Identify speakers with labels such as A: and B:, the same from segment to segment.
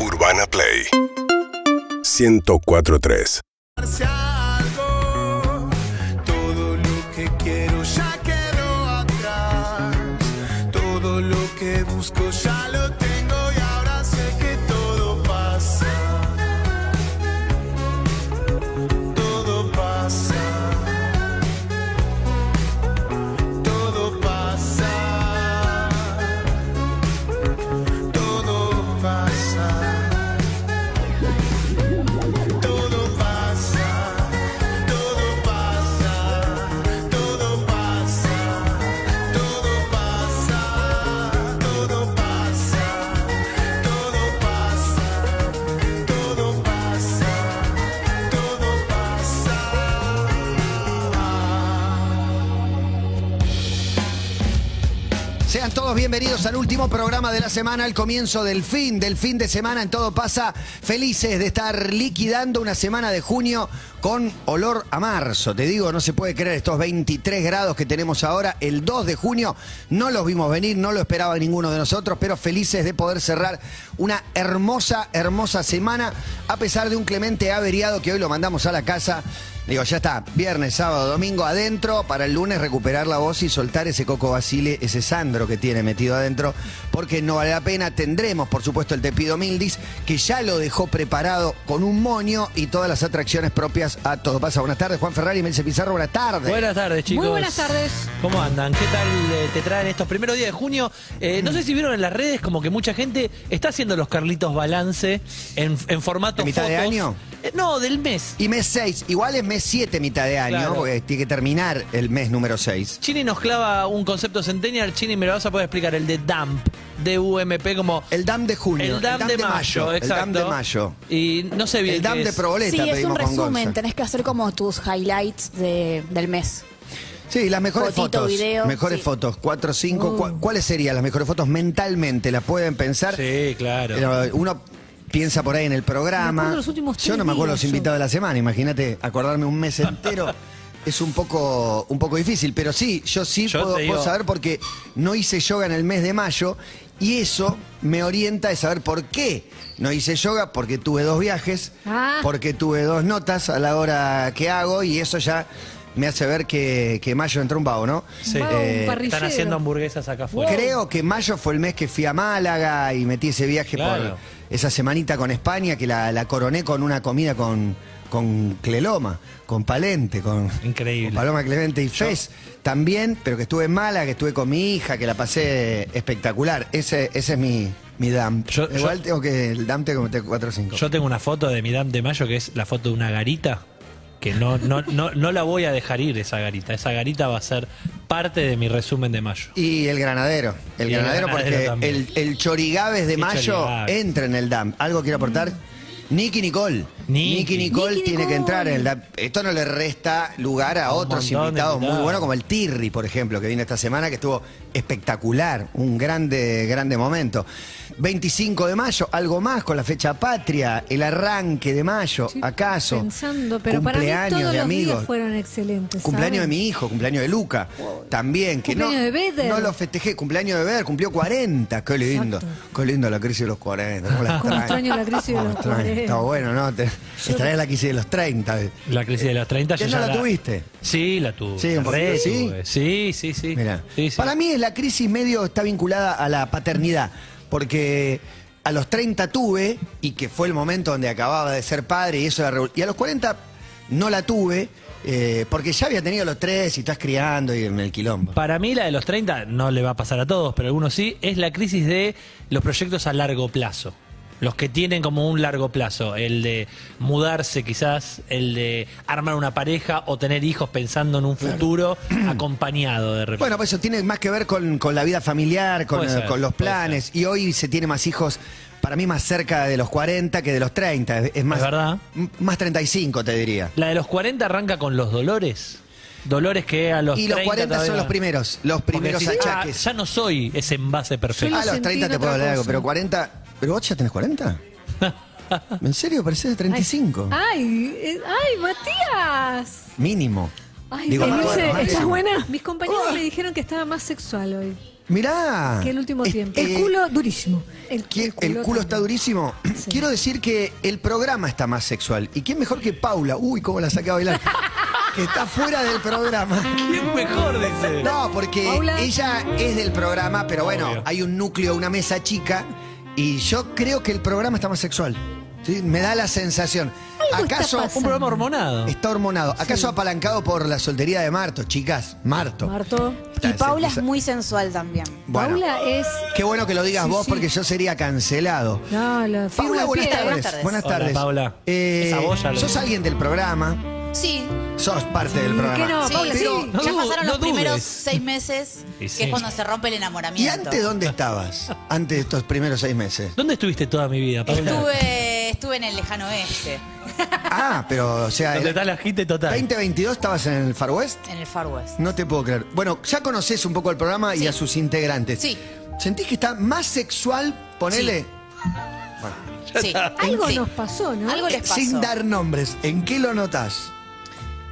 A: Urbana Play 1043
B: algo. Todo lo que quiero ya quedó atrás. Todo lo que busco ya lo tengo y ahora sé que todo pasa. Todo pasa. Todo pasa. Todo pasa. Todo pasa. Todo pasa, todo pasa, todo pasa, todo pasa, todo pasa, todo pasa, todo pasa.
C: Sean todos bienvenidos al último programa de la semana, al comienzo del fin, del fin de semana en todo pasa. Felices de estar liquidando una semana de junio con olor a marzo. Te digo, no se puede creer estos 23 grados que tenemos ahora, el 2 de junio. No los vimos venir, no lo esperaba ninguno de nosotros, pero felices de poder cerrar una hermosa, hermosa semana, a pesar de un Clemente averiado que hoy lo mandamos a la casa. Digo, ya está, viernes, sábado, domingo adentro, para el lunes recuperar la voz y soltar ese Coco Basile, ese Sandro que tiene metido adentro, porque no vale la pena. Tendremos, por supuesto, el Tepido Mildis, que ya lo dejó preparado con un moño y todas las atracciones propias a todo. Pasa, buenas tardes, Juan Ferrari, Melce Pizarro, buenas tardes.
D: Buenas tardes, chicos.
E: Muy buenas tardes.
D: ¿Cómo andan? ¿Qué tal eh, te traen estos primeros días de junio? Eh, no sé si vieron en las redes como que mucha gente está haciendo los Carlitos Balance en, en formato
C: ¿De mitad de
D: fotos.
C: año?
D: Eh, no, del mes.
C: Y mes 6, igual es mes 7 mitad de año,
D: Claro.
C: porque tiene que terminar el mes número 6.
D: Chini nos clava un concepto centennial, Chini, me lo vas a poder explicar, el de DAMP, D-U-M-P, como...
C: El DAM de junio,
D: el DAM de, mayo,
C: el
D: exacto.
C: DAM de mayo.
D: Y no sé bien
C: El
D: qué
C: DAM de
D: es.
C: Proboleta
E: Sí, es un
C: pedimos con
E: resumen.
C: Gonza.
E: Tenés que hacer como tus highlights de- del mes.
C: Sí, las mejores
E: Fotito,
C: fotos.
E: video,
C: mejores
E: sí. Mm.
C: fotos, cuatro, cinco. ¿Cu- ¿Cuáles serían las mejores fotos mentalmente? ¿Las pueden pensar?
D: Sí, claro.
C: Pero uno piensa por ahí en el
E: Me
C: programa.
E: acuerdo los últimos
C: yo
E: tres
C: no me acuerdo los
E: días,
C: invitados de la semana, imagínate, acordarme un mes entero. Es un poco, un poco difícil, pero sí, yo sí
D: Yo
C: puedo,
D: te
C: puedo
D: digo-
C: saber porque no hice yoga en el mes de mayo y eso me orienta a saber por qué no hice yoga, porque tuve dos viajes,
E: Ah.
C: porque tuve dos notas a la hora que hago y eso ya me hace ver que, que mayo entró un vago, ¿no?
D: Sí.
E: Vago, un
C: Eh,
D: Están
E: parrillero.
D: haciendo hamburguesas acá afuera.
C: Creo que mayo fue el mes que fui a Málaga y metí ese viaje
D: Claro.
C: por esa semanita con España que la, la coroné con una comida con, con Cleloma, con Palente, con,
D: Increíble.
C: con Paloma Clemente y Fez también, pero que estuve en Málaga, que estuve con mi hija, que la pasé espectacular. Ese, ese es mi, mi dump.
D: Yo-
C: Igual
D: yo-
C: tengo que el dump tengo que meter 4 o 5.
D: Yo tengo una foto de mi DAM de mayo que es la foto de una garita que no, no, no, no la voy a dejar ir esa garita. Esa garita va a ser parte de mi resumen de mayo.
C: Y el granadero. El
D: Y el
C: granadero,
D: granadero
C: porque
D: también.
C: el, el chorigaves de
D: Qué
C: mayo
D: chorigaves.
C: entra en el DAM. ¿Algo quiero aportar? Nicky Nicole.
D: Nicky.
C: Nicky Nicole
E: Nicky
C: tiene
E: Nicole.
C: que entrar en el DAM. Esto no le resta lugar a
D: Un
C: otros
D: montón de
C: invitados muy
D: invitados.
C: buenos, como el Tirri, por ejemplo, que vino esta semana, que estuvo espectacular. Un grande, grande momento. 25 de mayo, algo más con la fecha patria, el arranque de mayo, acaso.
F: pensando, pero para mí
C: Cumpleaños
F: todos
C: de
F: los
C: amigos.
F: días fueron excelentes.
C: Cumpleaños de
F: ¿saben?
C: mi hijo, cumpleaños de Luca. También, que no,
F: Cumpleaños de Beder.
C: no lo festejé. Cumpleaños de Beder, cumplió 40. Qué lindo.
F: Exacto.
C: Qué lindo la crisis de los 40. ¿Cómo la
F: Cómo
C: extraño?
F: extraño la crisis de
C: Cómo
F: los
C: extraño.
F: 40.
C: Está bueno, ¿no? Te, extrañas la crisis de los 30.
D: La crisis de los 30
C: ¿Que
D: yo
C: no la
D: ya
C: tuviste?
D: Sí, la tuve.
C: Sí, un poquito,
D: Re
C: ¿sí?
D: tuve. Sí, sí, sí.
C: Mirá.
D: Sí, sí.
C: Para mí la crisis medio está vinculada a la paternidad, porque a los 30 tuve, y que fue el momento donde acababa de ser padre, y eso era revol- Y a los 40 no la tuve, eh, porque ya había tenido los tres y estás criando y en el quilombo.
D: Para mí la de los 30 no le va a pasar a todos, pero algunos sí, es la crisis de los proyectos a largo plazo. Los que tienen como un largo plazo, el de mudarse quizás, el de armar una pareja o tener hijos pensando en un futuro acompañado de repente.
C: Bueno, pues eso tiene más que ver con, con la vida familiar, con,
D: Puede
C: eh,
D: ser,
C: con los
D: puede
C: planes. Y hoy se tiene más hijos, para mí, más cerca de los 40 que de los 30. Es, es más,
D: Es verdad.
C: m- más 35, te diría.
D: La de los 40 arranca con los dolores. Dolores que a los
C: y los
D: 30
C: 40
D: todavía-
C: son los primeros, los
D: Porque
C: primeros
D: decís, "Ah,
C: achaques.
D: ya no soy ese envase perfecto.
F: Yo
C: a los
F: sentí
C: 30
F: en
C: te puedo
F: otra
C: hablar algo,
F: cosa.
C: pero 40. ¿Pero vos ya tenés 40? ¿En serio? Parecés de 35.
F: Ay, eh, ay, Matías.
C: Mínimo.
F: Ay,
C: Digo,
F: me
C: más
F: dice,
C: bueno, más
F: ¿estás
C: mínimo.
F: Mis compañeros me dijeron que estaba más sexual hoy.
C: Mirá.
F: Que el último
C: Es-
F: tiempo.
C: eh,
F: El culo durísimo.
C: ¿Qui- El culo, está
F: también.
C: durísimo.
F: Sí.
C: Quiero decir que el programa está más sexual. ¿Y quién mejor que Paula? Uy, cómo la saqué a bailar. que está fuera del programa.
D: ¿Quién mejor, dice?
C: No, porque
F: Paula.
C: ella es del programa, pero bueno,
D: Obvio.
C: hay un núcleo, una mesa chica. Y yo creo que el programa está más sexual. ¿sí? Me da la sensación.
F: Algo está
C: ¿Acaso
D: Un programa hormonado.
C: está hormonado? ¿Acaso apalancado por la soltería de Marto, chicas? Marto.
F: Marto.
E: Y
C: Está-
E: Paula
C: se-
E: es muy sensual también.
C: Bueno.
F: Paula es.
C: Qué bueno que lo digas
F: Sí,
C: vos
F: sí.
C: porque yo sería cancelado.
F: No,
C: Paula,
F: la figura
C: buenas
F: de piedra.
E: buenas
C: tardes.
E: tardes.
C: Buenas
D: Hola,
C: tardes.
D: Paula.
C: Eh,
D: Esa voz ya lo-
C: sos alguien del programa,
A: Sí,
C: sos parte del
A: Mm,
F: ¿Por qué
C: programa.
F: no?
A: sí,
F: Paula,
A: pero
F: sí.
D: No
A: ya
D: dudo-
A: pasaron
D: no
A: los primeros
D: dudes.
A: seis meses,
D: Y
A: que
D: sí.
A: es cuando se rompe el
C: ¿Y
A: enamoramiento.
C: antes dónde estabas? Antes de estos primeros seis meses.
D: ¿Dónde estuviste toda mi vida, Paula?
A: Estuve, estuve en el lejano oeste,
C: Ah, pero, o sea,
D: Donde está
C: el-
D: la gente total.
C: 2022 estabas en el Far West.
A: en el Far West.
C: No te puedo creer. Bueno, ya conoces un poco el programa y a sus integrantes.
A: Sí.
C: ¿Sentís que está más sexual? Ponele,
A: Sí.
F: Algo
A: Sí.
F: nos pasó, ¿no?
A: Algo les pasó.
C: eh, sin dar nombres. ¿En qué lo notas?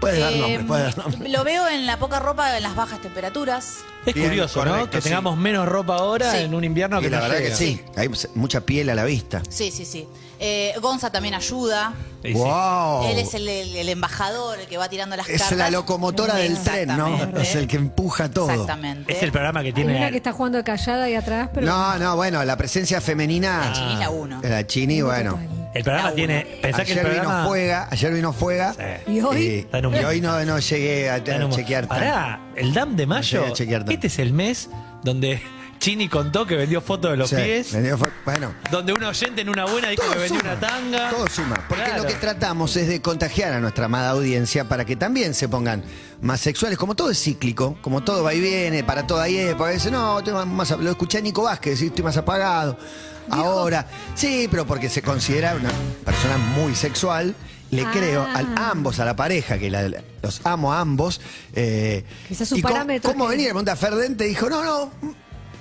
C: Puedes dar
A: Eh,
C: nombres, puedes dar nombres.
A: Lo veo en la poca ropa, en las bajas temperaturas.
D: Es
C: Bien,
D: curioso, ¿no?
C: correcto,
D: Que
C: sí.
D: tengamos menos ropa ahora
A: Sí.
D: en un invierno que
C: Y la
D: no
C: verdad
D: llega.
C: que sí, hay mucha piel a la vista.
A: Sí, sí, sí. Eh, Gonza también ayuda.
D: Y sí.
C: ¡Wow!
A: Él es el, el- el embajador, el que va tirando las
C: Oh. Es
A: cartas.
C: la locomotora del tren, ¿no?
A: Exactamente.
C: Es el que empuja todo.
A: Exactamente.
D: Es el programa que
F: Hay
D: tiene.
F: una que está jugando de callada ahí atrás, pero.
C: No, no, bueno, la presencia femenina.
A: La Chini es la uno.
C: La Chini, bueno.
D: El programa
A: La
D: tiene. Pensá que el
C: Ayer vino
D: programa.
C: fuega, ayer vino fuega.
D: Sí.
F: ¿Y hoy?
C: eh,
D: Está en un-
C: y hoy no, no llegué a, a
D: Está en un-
C: chequear. tan-
D: Pará, el DAM de mayo.
C: llegué a chequear tanto.
D: Este es el mes donde Chini contó que vendió fotos de los
C: Sí,
D: pies.
C: me dio fue- bueno.
D: Donde un oyente en una buena dijo que vendió una tanga.
C: todo suma, porque
D: Claro.
C: lo que tratamos es de contagiar a nuestra amada audiencia para que también se pongan más sexuales, como todo es cíclico, como todo va y viene, para toda hay época, a veces no, estoy más- más- lo escuché a Nico Vázquez decir estoy más apagado, ahora, sí, pero porque se considera una persona muy sexual, le
F: Ah.
C: creo a ambos, a la pareja, que la- los amo a ambos, eh,
F: Quizás su
C: y co-
F: parámetro
C: ¿Cómo
F: que-
C: venía? Le pregunta a Ferdente, dijo, no, no,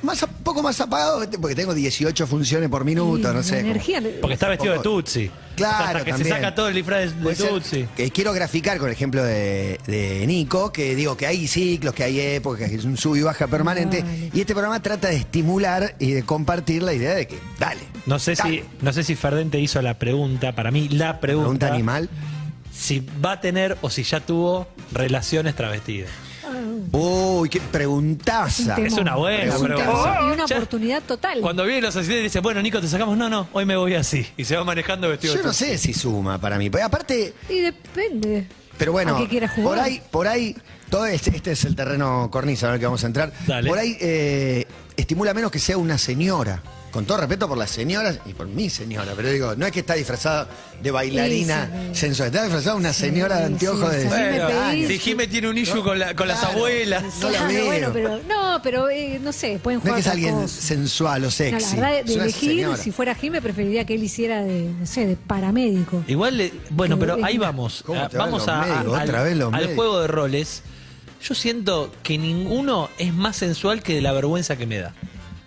C: más a- poco más apagado, porque tengo 18 funciones por minuto,
F: Y
C: no
F: la
C: sé. como-
F: energía.
D: Porque está vestido de Tutsi.
C: Claro,
D: Hasta que
C: también.
D: se saca todo el disfraz de- de,
C: Puede ser
D: Tutsi.
C: que quiero graficar con el ejemplo de, de Nico, que digo que hay ciclos, que hay épocas, que es un sub y baja permanente.
F: Dale.
C: Y este programa trata de estimular y de compartir la idea de que, dale.
D: No sé,
C: dale.
D: si, no sé si Ferdente hizo la pregunta, para mí la pregunta.
C: Pregunta animal.
D: Si va a tener o si ya tuvo relaciones travestidas.
C: Uy, qué preguntaza.
F: Un
D: Es una buena
C: Es un
D: pregunta.
C: tema.
F: Y una
D: Ya-
F: oportunidad total.
D: Cuando viene los asistentes dice, bueno, Nico, te sacamos. No, no, hoy me voy así. Y se va manejando vestido
C: Yo
D: de
C: no
D: Tutsi.
C: sé si suma para mí. Porque aparte,
F: Y depende.
C: Pero
F: ¿A
C: bueno,
F: qué quieras jugar?
C: por ahí, por ahí, todo este, este es el terreno cornisa en el que vamos a entrar.
D: Dale.
C: Por ahí eh, estimula menos que sea una señora. Con todo respeto por las señoras y por mi señora, pero digo, no es que está disfrazada de bailarina
F: Sí, sí.
C: sensual, está disfrazada de una señora de
F: sí,
C: anteojos
F: sí,
C: de.
F: sí, me
D: Bueno,
F: pedís-
D: si Jimé tiene un issue con, la- con las
C: Claro.
D: abuelas.
C: No la
F: Claro,
C: veo.
F: Ah, bueno, pero no, pero eh, no sé, pueden
C: No es
F: jugar
C: que es
F: otras
C: alguien
F: cosas.
C: sensual o
F: No, la
C: sexy.
F: verdad, de
C: es una
F: elegir,
C: señora.
F: si fuera Jimé, preferiría que él hiciera de, no sé, de paramédico.
D: Igual, le- bueno, pero ahí vamos.
C: ¿Cómo
D: Ah,
C: te van los
D: Vamos a, a-
C: médicos?
D: al,
C: Otra vez los
D: al
C: médicos.
D: juego de roles. Yo siento que ninguno es más sensual que de la vergüenza que me da.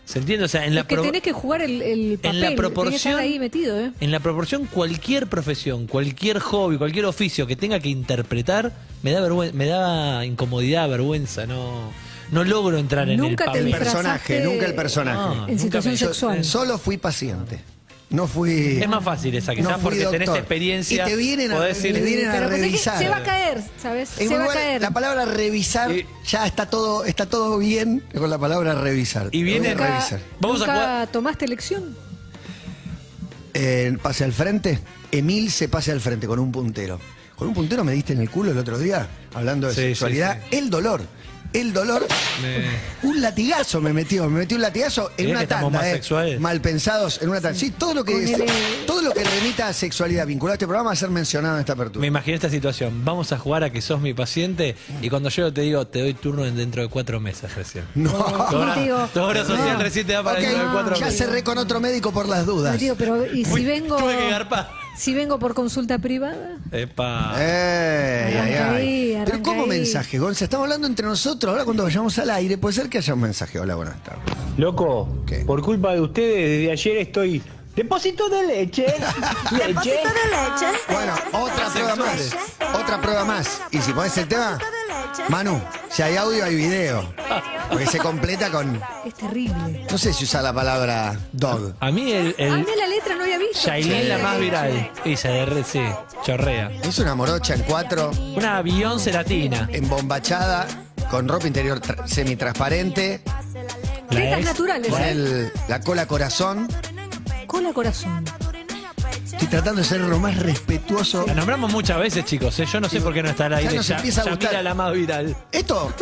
D: ¿Se entiende? O sea, en la,
F: Es que
D: pro-
F: tenés que jugar el, el papel,
D: en la
F: tenés que estar
D: proporción.
F: ahí metido, ¿eh?
D: En la proporción, cualquier profesión, cualquier hobby, cualquier oficio que tenga que interpretar, me da vergüenza, me da incomodidad, vergüenza, no, no logro entrar en el
F: Nunca te
D: papel.
C: El
F: disfrazaste-
C: personaje, nunca el personaje.
D: No,
F: en
D: nunca
F: situación
D: me-
C: Yo
F: sexual.
C: solo fui paciente. No fui.
D: Es más fácil esa,
C: No
D: quizás
C: fui
D: porque tenés
C: doctor.
D: experiencia.
C: Y te vienen a-
D: podés decir,
C: te vienen a
F: pero pensé que
C: revisar.
F: se va a caer, ¿sabes?
C: En
F: se va a
C: lugar-
F: caer.
C: La palabra revisar,
D: Y-
C: ya está todo, está todo bien con la palabra revisar.
D: Y
C: Lo voy a
D: viene-
F: Nunca-
C: revisar.
D: Vamos a
F: ¿nunca
D: jugar-
F: tomaste elección?
C: Eh, pase al frente, Emil se pase al frente con un puntero. Con un puntero me diste en el culo el otro día, hablando de
D: Sí,
C: sexualidad. El dolor, el dolor. Un latigazo me metió, me metió un latigazo en
D: Mirá
C: una
D: que estamos
C: tanda,
D: más
C: eh.
D: sexuales.
C: mal pensados en una tanda. Sí, todo lo que
F: Con el, eh,
C: todo lo que remita a sexualidad vinculado a este programa va a ser mencionado en esta apertura.
D: Me imaginé esta situación. Vamos a jugar a que sos mi paciente y cuando llego te digo, te doy turno en- dentro de cuatro meses recién.
C: No.
D: Tu obra,
F: No, digo.
D: tu obra social
C: No.
D: recién te da para
C: Ok,
D: dentro de cuatro
C: ya
D: meses.
C: cerré con otro médico por las dudas.
F: No, digo, pero ¿y si
D: Uy,
F: vengo
D: tuve que garpar.
F: si vengo por consulta privada?
C: Eh.
D: Epa.
C: Ey, ay,
F: Arranca
C: ay.
F: ahí, arranca
C: Pero ¿cómo
F: ahí.
C: mensaje, Gonza? Estamos hablando entre nosotros. Ahora cuando vayamos al aire puede ser que haya un mensaje. Hola, buenas tardes.
G: Loco,
C: ¿Qué?
G: por culpa de ustedes, desde ayer estoy. Depósito de leche. leche.
C: Bueno, otra prueba más. Otra prueba más. Y si pones el tema, Manu, si hay audio, hay video. Porque se completa con.
F: Es terrible.
C: No sé si usa la palabra dog.
D: A mí el.
F: A
D: el
F: mí Ah, la letra no había visto.
D: Shailene la más viral. Y se derre- sí, chorrea.
C: Es una morocha en cuatro,
D: Una Beyoncé latina.
C: embombachada, con ropa interior tra- semitransparente,
D: La
F: Tetas
D: ex-
F: naturales.
C: con
F: ¿eh?
C: el- la cola corazón.
F: Cola corazón.
C: Estoy tratando de ser lo más respetuoso.
D: La nombramos muchas veces, chicos. ¿eh? Yo no sé por qué no está al aire.
C: nos
D: Ya,
C: empieza a
D: Yamila
C: gustar.
D: la más viral.
C: ¿Esto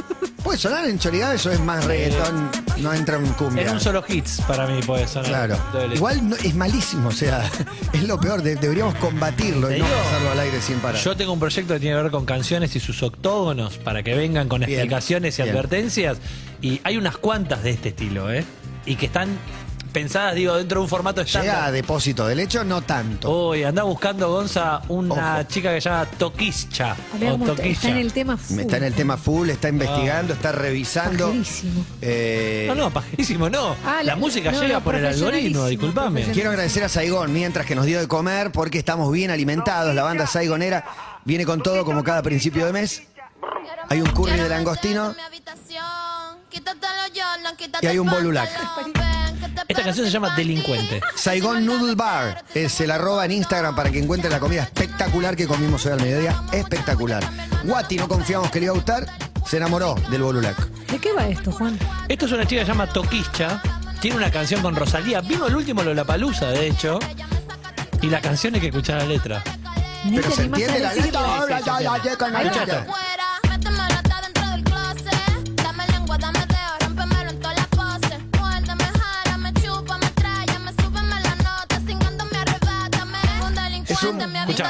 C: puede sonar en chorigada? Eso es más reggaetón, no entra en
D: En
C: cumbia.
D: un solo hits para mí puede sonar.
C: Claro.
D: Doble.
C: Igual no- es malísimo, o sea, es lo peor. de- deberíamos combatirlo
D: Te
C: y no
D: digo,
C: pasarlo al aire sin parar.
D: Yo tengo un proyecto que tiene que ver con canciones y sus octógonos para que vengan con
C: Bien,
D: explicaciones y
C: bien.
D: advertencias. Y hay unas cuantas de este estilo, ¿eh? Y que están pensadas, digo, dentro de un formato
C: Llega a
D: estándar.
C: depósito del hecho, no tanto.
D: Hoy anda buscando, Gonza, una
C: Ojo.
D: chica que se llama Toquischa.
F: A ver,
D: o
F: cómo está- está
D: Toquilla.
F: en el tema. full.
C: Está en el tema full,
D: Ah.
C: está investigando, está revisando.
F: Pajerísimo.
C: Eh,
D: No, no, pajísimo, no.
F: Ah,
D: la,
F: la-
D: música
F: no,
D: llega
F: no,
D: por el algoritmo,
F: profesionalísimo,
D: disculpame.
F: profesional.
C: Quiero agradecer a Saigón mientras que nos dio de comer porque estamos bien alimentados. La banda Saigonera viene con todo como cada principio de mes. Hay un curry de langostino.
H: Y hay un bolulac.
D: Esta canción se llama Delincuente.
C: Saigón Noodle Bar es el arroba en Instagram para que encuentres la comida espectacular que comimos hoy al mediodía. Espectacular. Guati, no confiamos que le iba a gustar, se enamoró del Bolulac.
F: ¿De qué va esto, Juan?
D: Esto es una chica que se llama Toquischa. Tiene una canción con Rosalía. Vino el último Lollapalooza, de hecho. Y la canción hay que escuchar la letra.
F: Ni
C: Pero
F: te
C: se
F: animás a
C: entiende la
F: decirlo.
C: letra. Habla, ya, ya, ya, con la
D: Escucha
C: letra.
D: esto.
H: Es un,
D: escucha.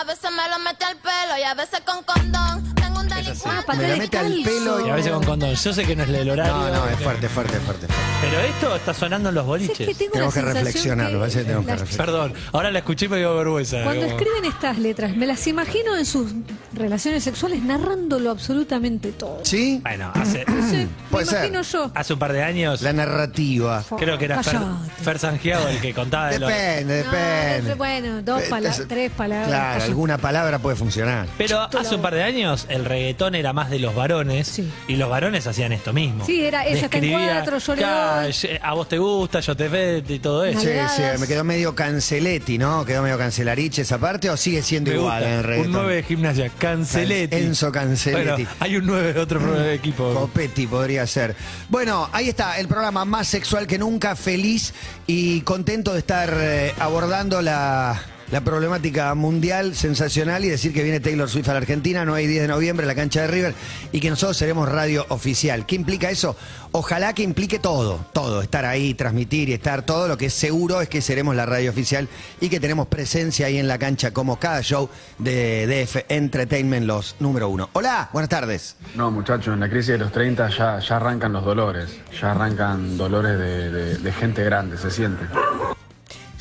H: A veces me lo mete al pelo y a veces con condón. Tengo un
D: así.
H: delincuente.
F: Ah, patada
C: Me la
F: de
C: mete al
F: calzo.
C: pelo
D: Y a veces con condón. Yo sé que no es el horario.
C: No, no, es fuerte, fuerte, fuerte.
D: Pero esto está sonando en los
F: Es que
D: boliches.
F: tengo
C: Tenemos
F: la
C: que
F: sensación
C: reflexionar, a veces tenemos que
F: la-
C: reflexionar.
D: Perdón, ahora la escuché y me dio vergüenza.
F: Cuando
D: Como-
F: escriben estas letras, me las imagino en sus relaciones sexuales narrándolo absolutamente todo.
C: ¿Sí? Mm,
D: Bueno, hace,
F: Sí,
C: Puede
F: me
C: ser.
F: imagino yo.
D: hace un par de años,
C: La narrativa.
D: creo que era Fer,
F: Cállate.
D: Fer Sangiao el que contaba de los...
C: Depende,
F: No,
C: depende. Eh,
F: bueno, dos pala-
C: Es-
F: tres palabras.
C: Claro, alguna palabra puede funcionar.
D: Pero hace un par de años el reggaetón era más de los varones
F: Sí.
D: y los varones hacían esto mismo.
F: Sí, era, ella está en
D: Describía,
F: cuatro, yo le
D: "Ca-
F: doy".
D: ye- A vos te gusta, yo te ve y todo eso.
C: Sí, sí,
F: Nalgadas.
C: me quedó medio canceletti, ¿no? Quedó medio cancelariche esa parte o sigue siendo
D: Me
C: igual
D: gusta.
C: en reggaetón.
D: Un 9 de gimnasia, Canceletti.
C: Enzo Mm. Canceletti.
D: Bueno, hay un 9 de otro de equipo.
C: Copetti podría ser. Bueno, ahí está, el programa más sexual que nunca, feliz y contento de estar eh, abordando la, la problemática mundial sensacional y decir que viene Taylor Swift a la Argentina, no hay 10 de noviembre, la cancha de River, y que nosotros seremos radio oficial. ¿Qué implica eso? Ojalá que implique todo, todo, estar ahí, transmitir y estar todo. Lo que es seguro es que seremos la radio oficial y que tenemos presencia ahí en la cancha como cada show de DF Entertainment, los número uno. Hola, buenas tardes.
I: No, muchachos, en la crisis de los 30 ya, ya arrancan los dolores, ya arrancan dolores de, de- de gente grande, se siente.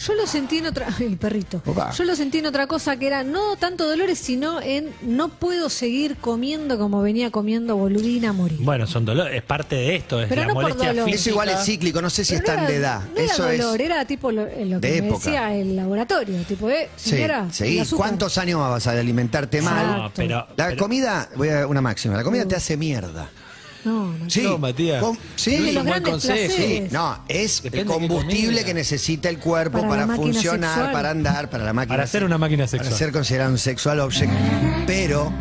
F: Yo lo sentí en otra. El perrito.
C: Opa.
F: Yo lo sentí en otra cosa que era no tanto dolores, sino en no puedo seguir comiendo como venía comiendo boludina a morir.
D: Bueno, son dolores, es parte de esto, es
F: Pero
D: la
F: no por
D: molestia
F: dolor.
D: física.
C: Eso igual es cíclico, no sé si
F: Pero
C: es tan
F: no
C: de
F: era-
C: edad.
F: No era
C: Eso
F: dolor,
C: es.
F: era tipo lo, eh, lo que
C: de
F: me
C: época.
F: decía el laboratorio. Tipo, eh,
C: Sí,
F: señora, el
C: seguí.
F: azúcar.
C: ¿Cuántos años más vas a alimentarte mal?
D: No, pero,
C: La
D: Ah, pero-
C: comida, voy a una máxima, la
F: Mm.
C: comida te hace mierda.
F: No, no.
C: Sí.
D: No, Matías.
C: Com- sí.
D: No es
F: De los
D: un buen
F: grandes
D: consejo.
C: Sí,
F: placeres.
C: no, es
D: Depende
C: el
D: de qué
C: combustible
D: comida.
C: que necesita el cuerpo
F: Para la
C: para,
F: máquina
C: funcionar,
F: sexual.
C: para andar, para la máquina.
D: Para ser una máquina sexual.
C: Para ser considerado un sexual object. Pero,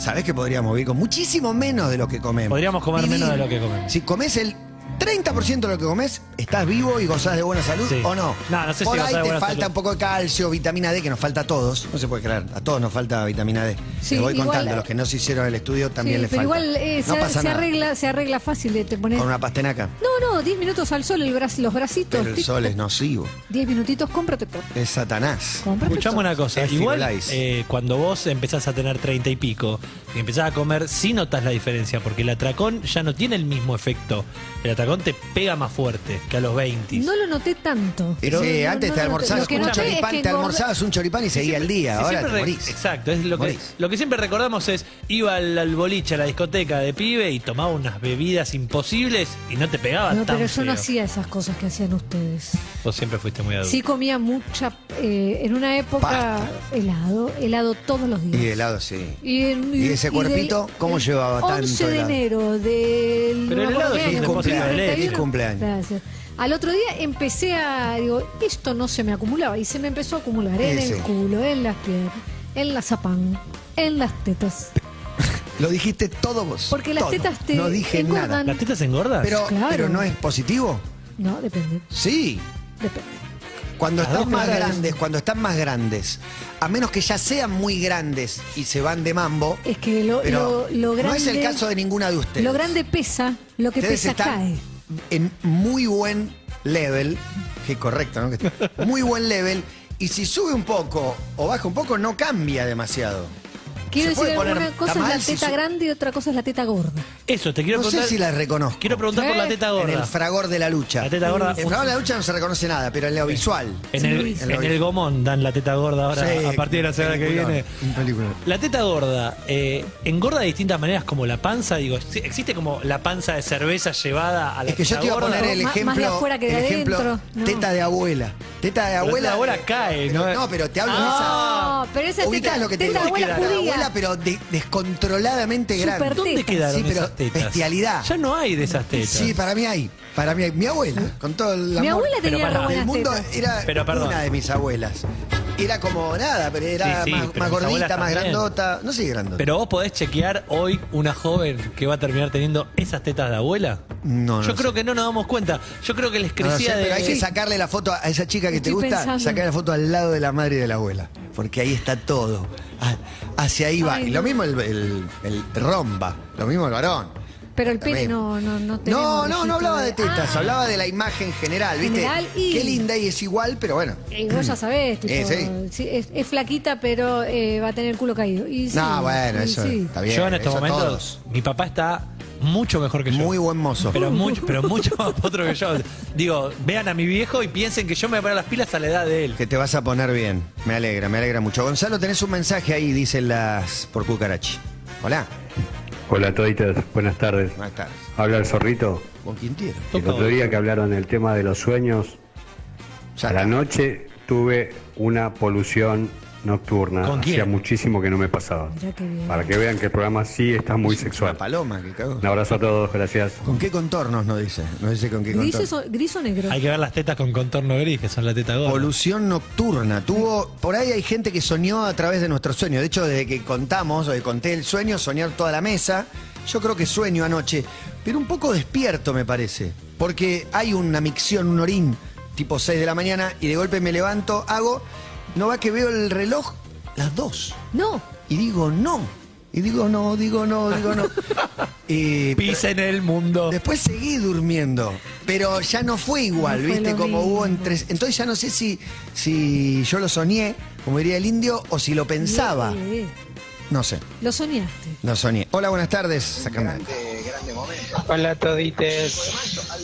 C: ¿sabes que podríamos vivir con muchísimo menos de lo que comemos?
D: Podríamos comer menos de lo que comemos.
C: Si comes el 30% de lo que comes, estás vivo y gozás de buena salud
D: Sí.
C: o no.
D: No, no sé si
C: Por
D: gozás
C: ahí
D: de
C: te
D: buena
C: falta
D: salud.
C: un poco de calcio, vitamina D, que nos falta a todos. No se puede creer, a todos nos falta vitamina D.
F: Sí,
C: Te voy
F: igual-
C: contando, los que no se hicieron el estudio también
F: Sí,
C: les
F: pero
C: falta.
F: igual eh,
C: no
F: se,
C: pasa
F: se eh.
C: nada.
F: arregla, se arregla fácil de te poner.
C: Con una pastenaca.
F: No, no, 10 minutos al sol, el brazo, los bracitos.
C: Pero el
F: tic,
C: sol es
F: tac.
C: nocivo.
F: 10 minutitos con protector.
C: Es Satanás.
F: Con protector.
D: Escuchame una cosa,
C: Es
D: igual
C: Firulais.
D: eh, cuando vos empezás a tener 30 y pico y empezás a comer, sí notas la diferencia, porque el atracón ya no tiene el mismo efecto. El atracón te pega más fuerte que a los 20.
F: No lo noté tanto.
C: Pero,
F: No, no,
C: antes
F: no
C: te
F: lo noté.
C: almorzabas
F: Lo que
C: un
F: noté es
C: choripán,
F: que
C: te
F: engorda-
C: almorzabas un choripán y seguía el día.
D: Sí,
C: Ahora te
D: siempre re-
C: morís.
D: Exacto, es lo que,
C: Morís.
D: lo que siempre recordamos es, iba al, al boliche, a la discoteca de pibe y tomaba unas bebidas imposibles y no te pegaba
F: No,
D: tan
F: pero yo no
D: feo.
F: hacía esas cosas que hacían ustedes.
D: Vos siempre fuiste muy adulto.
F: Sí comía mucha, eh, en una época
C: Pasta.
F: helado, helado todos los días.
C: Y helado, sí.
F: Y, en-
C: ¿Y ese cuerpito cómo llevaba tanto
F: 11 de
C: helado?
F: enero del...
D: Pero
F: no
D: el
F: me acuerdo
D: helado
F: qué
D: es un
F: año,
D: depósito de
F: 31.
D: leche.
C: Cumpleaños.
F: Gracias. Al otro día empecé a... Digo, esto no se me acumulaba. Y se me empezó a acumular en
C: Ese.
F: el culo, en las piernas, en la zapán, en las tetas.
C: Lo dijiste todo vos.
F: Porque las
C: todo.
F: tetas te
C: No dije
F: engordan.
C: nada.
D: ¿Las tetas engordan?
C: Pero,
F: Claro.
C: pero no es positivo.
F: No, depende.
C: Sí.
F: depende.
C: Cuando
D: Las
C: están
D: dos
C: más
D: cosas.
C: grandes, cuando están más grandes, a menos que ya sean muy grandes y se van de mambo,
F: Es que lo,
C: pero
F: lo, lo grande...
C: no es el caso de ninguna de ustedes.
F: Lo grande pesa, lo que
C: Ustedes
F: pesa
C: están
F: cae.
C: en muy buen level, que correcto, ¿no? Que- Muy buen level, y si sube un poco o baja un poco, no cambia demasiado.
F: Quiero
C: se puede
F: decir,
C: poner
F: alguna cosa es la
C: tamal
F: teta
C: si su-
F: grande y otra cosa es la teta gorda.
D: Eso, te quiero
C: No sé
D: preguntar.
C: si la ¿Eh? reconozco.
D: Quiero preguntar por la teta
C: en
D: gorda.
C: el fragor de la lucha.
D: La teta gorda.
C: En el fragor de la lucha no se reconoce nada, pero en lo visual.
D: En el,
C: En lo
D: en el
C: visual.
D: gomón dan la teta gorda ahora
C: Sí,
D: a partir de la semana que
C: peliculón,
D: viene.
C: Un película.
D: La teta gorda eh, engorda de distintas maneras, como la panza. Digo, ¿ex- ¿existe como la panza de cerveza llevada a la
C: Es que yo
D: teta
C: te iba a
D: gorda?
C: poner el
F: Más- más de
C: ejemplo.
F: afuera que de
C: el ejemplo,
F: adentro, no.
C: Teta de abuela. Teta de
D: Pero
C: abuela.
D: la abuela cae,
C: pero-
D: ¿no?
C: no, pero te hablo
D: Ah.
F: No, pero
C: de
F: esa
C: esa. Ubicás
F: teta,
C: lo que te
F: teta
C: digo.
F: abuela
C: Teta de
F: judía.
C: abuela, pero de- descontroladamente
F: Súper
C: grande.
D: ¿Dónde
F: tetas.
D: quedaron
C: Sí, pero
D: esas tetas?
C: bestialidad.
D: Ya no hay de esas tetas.
C: Sí, para mí hay. Para mí hay. Mi abuela, con todo el amor
F: Ah. Mi abuela
D: Pero
F: tenía
D: pará.
F: re
C: del
F: buenas
C: mundo
F: tetas.
C: era
D: Pero, perdón.
C: una de mis abuelas. Era como nada, pero era
D: Sí, sí,
C: más,
D: pero
C: más
D: mis abuelas
C: gordita, más
D: también.
C: grandota. No sé, grandota.
D: Pero vos podés chequear hoy una joven que va a terminar teniendo esas tetas de abuela.
C: No, no
D: Yo
C: sé.
D: creo que no nos damos cuenta. Yo creo que les
C: No lo sé,
D: crecía de.
C: pero hay que sacarle la foto a esa chica que te
F: Estoy
C: gusta,
F: pensando.
C: sacar la foto al lado de la madre y de la abuela. Porque ahí está todo. Ah, Hacia ahí va.
F: Ay,
C: Y lo
F: no.
C: mismo el, el- el romba, lo mismo el varón.
F: Pero el pene
C: Lo mismo.
F: no, no, no tenemos
C: No, no, no
F: registro
C: hablaba de tetas,
F: Ah,
C: hablaba de la imagen general, ¿viste?
F: General y- Eh,
C: Qué linda y es igual, pero bueno.
F: Y vos ya sabés, tipo,
C: Eh, sí.
F: sí, es, es flaquita, pero eh, va a tener el culo caído. Y sí,
C: no, bueno,
F: y
C: eso
F: sí.
C: está bien.
D: yo en estos
C: eso
D: momentos,
C: todos.
D: mi papá está mucho mejor que yo.
C: Muy buen mozo.
D: Pero mucho, pero mucho más potro que yo. Digo, vean a mi viejo y piensen que yo me voy a poner las pilas a la edad de él.
C: Que te vas a poner bien. Me alegra, me alegra mucho. Gonzalo, tenés un mensaje ahí, dicen las por cucarachi. Hola.
J: Hola toditas, buenas tardes.
C: Buenas tardes.
J: Habla el zorrito.
C: Con Quintiero.
J: El otro día que hablaron del tema de los sueños,
C: Ya
J: a la
C: está.
J: noche tuve una polución nocturna.
D: ¿Con quién?
J: Hacía muchísimo que no me pasaba.
F: Mirá qué bien.
J: Para que vean que el programa sí está muy
C: Una
J: sexual.
C: paloma que cagó.
J: Un abrazo a todos, gracias.
C: ¿Con qué contornos no dice? No dice con qué
F: Gris,
C: contornos.
F: o, gris o negro.
D: Hay que ver las tetas con contorno gris, que son la teta gorda.
C: Polución nocturna. Tuvo, por ahí hay gente que soñó a través de nuestro sueño. De hecho, desde que contamos o que conté el sueño, soñar toda la mesa. Yo creo que sueño anoche, pero un poco despierto me parece. Porque hay una micción, un orín, tipo 6 de la mañana, y de golpe me levanto, hago, no va que veo el reloj, las 2.
F: No,
C: Y digo no. Y digo no, digo no, digo no. Eh, Y-
D: Pisa en el mundo.
C: Después seguí durmiendo, pero ya no fue igual,
F: No fue
C: ¿viste?
F: lo
C: Como
F: mismo.
C: hubo entre. Entonces ya no sé si, si yo lo soñé, como diría el indio, o si lo pensaba.
F: Eh,
C: No sé,
F: lo soñaste.
C: no soñé. Hola, buenas tardes. Sacame.
K: Hola todites.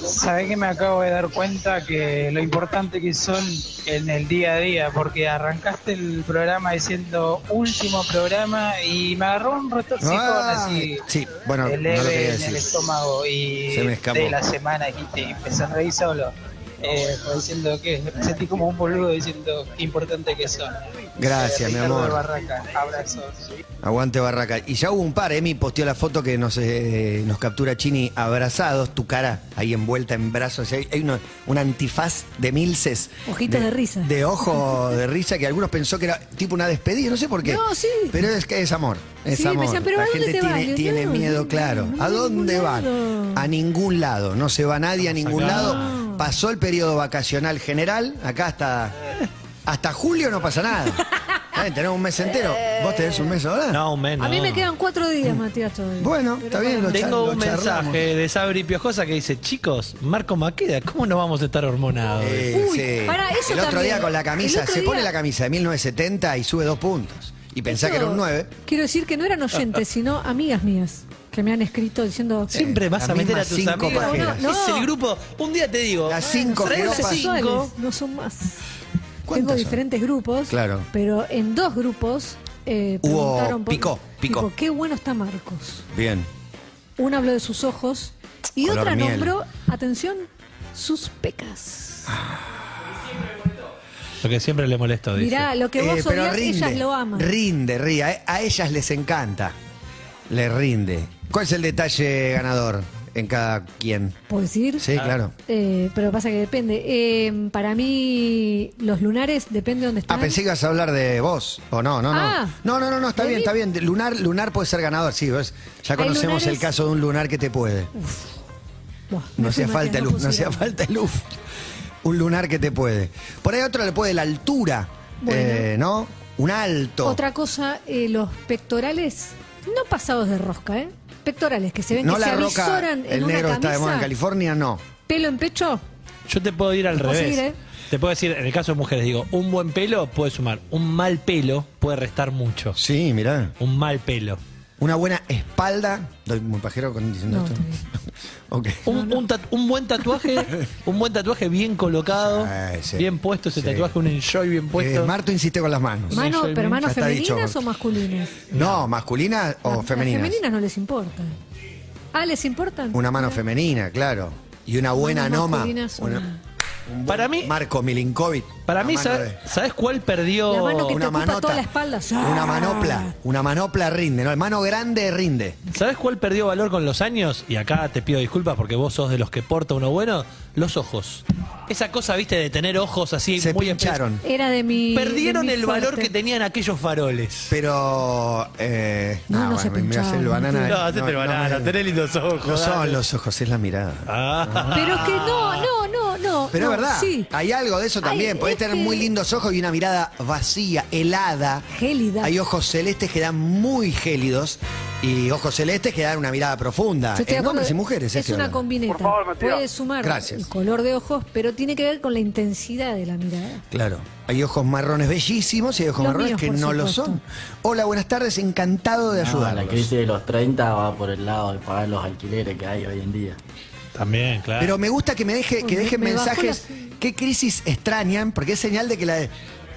K: Sabés que me acabo de dar cuenta que lo importante que son en el día a día, porque arrancaste el programa diciendo último programa y me agarró un retorcijón
C: Ah,
K: así.
C: sí, bueno,
K: de
C: no
K: leve
C: lo quería
K: en
C: decir.
K: el estómago y
C: Se me escapó.
K: de la semana dijiste, y empecé a reír solo. Eh, fue diciendo que me sentí como un boludo diciendo qué importante que son.
C: Gracias,
K: Eh,
C: mi
K: Ricardo de
C: amor.
K: Barraca, abrazos.
C: Aguante Barraca. Y ya hubo un par, eh, Emi posteó la foto que nos, eh, nos captura Chini abrazados, tu cara ahí envuelta en brazos. Hay, hay uno- un antifaz de milces.
F: Ojitos de risa.
C: De ojo de risa que algunos pensó que era tipo una despedida, no sé por qué.
F: No, sí.
C: Pero es que es amor. Es
F: Sí, me
C: amor.
F: decían, pero
C: la
F: ¿a dónde
C: gente
F: te vas?
C: tiene,
F: Yo,
C: tiene
F: no,
C: miedo,
F: no,
C: claro.
F: no,
C: ¿A
F: a
C: dónde
F: ningún
C: van?
F: lado.
C: A ningún lado. No se va nadie a ningún
D: acá.
F: Ah.
C: lado. Pasó el periodo vacacional general. Acá hasta, hasta julio no pasa nada. Eh, Tenemos un mes entero.
F: Eh.
C: ¿Vos tenés un mes ahora?
D: No, un mes,
F: A mí
D: no.
F: me quedan cuatro días, Matías, todavía.
C: Bueno, está bien, lo
D: Tengo
C: char-
D: un
C: lo charlamos.
D: mensaje de Sabri Piojosa que dice, chicos, Marco Maqueda, ¿cómo no vamos a estar hormonados?
C: Eh,
F: Uy, pará, eso
C: el otro
F: también.
C: día con la camisa,
F: El otro
C: se pone
F: día-
C: la camisa de 1970 y sube dos puntos. Y pensá
F: Eso-
C: que era un 9.
F: Quiero decir que no eran oyentes, sino amigas mías que me han escrito diciendo.
D: Siempre
C: Eh,
D: vas
C: la
D: a meter
C: misma
D: a tus
C: cinco
D: amigos.
C: pajeras.
F: No, no,
D: Es
F: no.
D: el grupo. Un día te digo.
C: Las cinco
D: trae
F: Son
C: que
D: las
C: ropas.
F: sexuales,
D: cinco.
F: no son más.
C: ¿Cuántas
F: Tengo
C: son?
F: diferentes grupos.
C: Claro.
F: Pero en dos grupos eh,
C: Hubo-
F: preguntaron
C: picó, picó.
F: tipo, qué bueno está Marcos.
C: Bien.
F: Una habló de sus ojos y
C: Color
F: otra
C: miel.
F: nombró, atención, sus pecas.
D: Lo que siempre le molesto, dice.
F: Mirá, lo que vos
C: Eh, pero
F: odias, ellas lo aman.
C: Rinde, ría. A- A ellas les encanta. Les rinde. ¿Cuál es el detalle ganador en cada quien?
F: ¿Puedo decir?
C: Sí, claro.
F: Eh, pero pasa que depende. Eh, para mí, los lunares depende de dónde están.
C: Ah, pensé que ibas a hablar de vos. O no, no, no.
F: Ah.
C: no, no, no, no, está
F: ¿De
C: bien,
F: mí?
C: está bien. Lunar, lunar puede ser ganador, sí. ves. Ya
F: Hay
C: conocemos el
F: lunares-
C: caso de un lunar que te puede.
F: Buah,
C: No
F: me
C: hacía
F: fui
C: falta
F: Matías,
C: luz, no
F: puedo
C: hacía
F: seguir.
C: falta luz. Un lunar que te puede. Por ahí otro le puede la altura,
F: Bueno.
C: eh, ¿no? Un alto.
F: Otra cosa, eh, los pectorales, no pasados de rosca, ¿eh? Pectorales que se ven
C: no
F: que
C: la
F: se
C: roca.
F: avisoran en
C: El
F: una
C: negro está de moda en
F: camisa,
C: California, no.
F: pelo en pecho,
D: Yo te puedo ir al
F: Te puedo
D: revés.
F: seguir, ¿eh?
D: Te puedo decir, en el caso de mujeres, digo, un buen pelo puede sumar, un mal pelo puede restar mucho.
C: Sí, mirá.
D: Un mal pelo.
C: Una buena espalda. Doy muy pajero con diciendo
F: No,
C: esto.
F: está bien.
C: Ok.
D: Un, un tat- un buen tatuaje, un buen tatuaje bien colocado,
C: Sí, sí.
D: bien puesto ese
C: Sí.
D: tatuaje, un enjoy bien
C: Eh,
D: puesto.
C: Marto insiste con las manos.
F: mano,
D: soy
F: pero
D: Pues bien-
F: manos
C: Ya está
F: femeninas
C: dicho.
F: o masculinas.
C: No, masculina o
F: Las-
C: femenina.
F: Las femeninas no les importa. Ah, ¿les importan?
C: Una mano femenina, claro. Y una buena
F: Manos
C: noma.
F: masculinas,
C: Una-
F: una-
C: un buen
D: Para mí-
C: Marco Milinkovic.
D: Para
C: Una
D: mí,
C: mano
D: ¿sabes,
C: de-
D: ¿sabes cuál perdió?
F: La mano que te
C: una
F: ocupa
C: manota.
F: toda la espalda.
C: Una manopla. Una manopla rinde. No, el mano grande rinde.
D: ¿Sabes cuál perdió valor con los años? Y acá te pido disculpas porque vos sos de los que porta uno bueno. Los ojos. Esa cosa, viste, de tener ojos así
C: Se
D: muy
C: pincharon.
F: Era de mi.
D: expresos. Perdieron
F: de mi
D: el valor
F: fuerte.
D: que tenían aquellos faroles.
C: Pero. Eh,
F: No,
C: ah,
F: no se
C: bueno, me- me hace el
F: pincharon.
C: banana.
D: No, hacete
C: no,
D: banana,
C: no,
D: tenés lindos ojos.
C: no
D: dale.
C: son los ojos, es la mirada.
D: Ah.
F: Pero es que no, no, no, no.
C: Pero
F: no,
C: es verdad, Ah,
F: Sí.
C: hay algo de eso también.
F: Ay,
C: Podés
F: es
C: tener
F: que-
C: muy lindos ojos y una mirada vacía, helada.
F: Gélida.
C: Hay ojos celestes que dan muy gélidos y ojos celestes que dan una mirada profunda.
F: Yo estoy de
C: En
F: acuerdo
C: hombres y
F: que
C: mujeres. este
F: Es
C: estoy
F: una
C: hablando.
F: combineta.
I: Por favor, Matías.
F: Puede sumar
C: Gracias.
F: el color de ojos, pero tiene que ver con la intensidad de la mirada.
C: Claro. Hay ojos marrones bellísimos y hay ojos
F: Los
C: marrones
F: míos,
C: que
F: por
C: no lo
F: supuesto.
C: son. Hola, buenas tardes, encantado de ayudarlos.
L: Ah, de los 30 va por el lado de pagar los alquileres que hay hoy en día.
D: También, claro.
C: Pero me gusta que me deje, que
F: Me-
C: dejen
F: me bajó
C: mensajes. ¿Qué crisis extrañan? Porque es señal de que la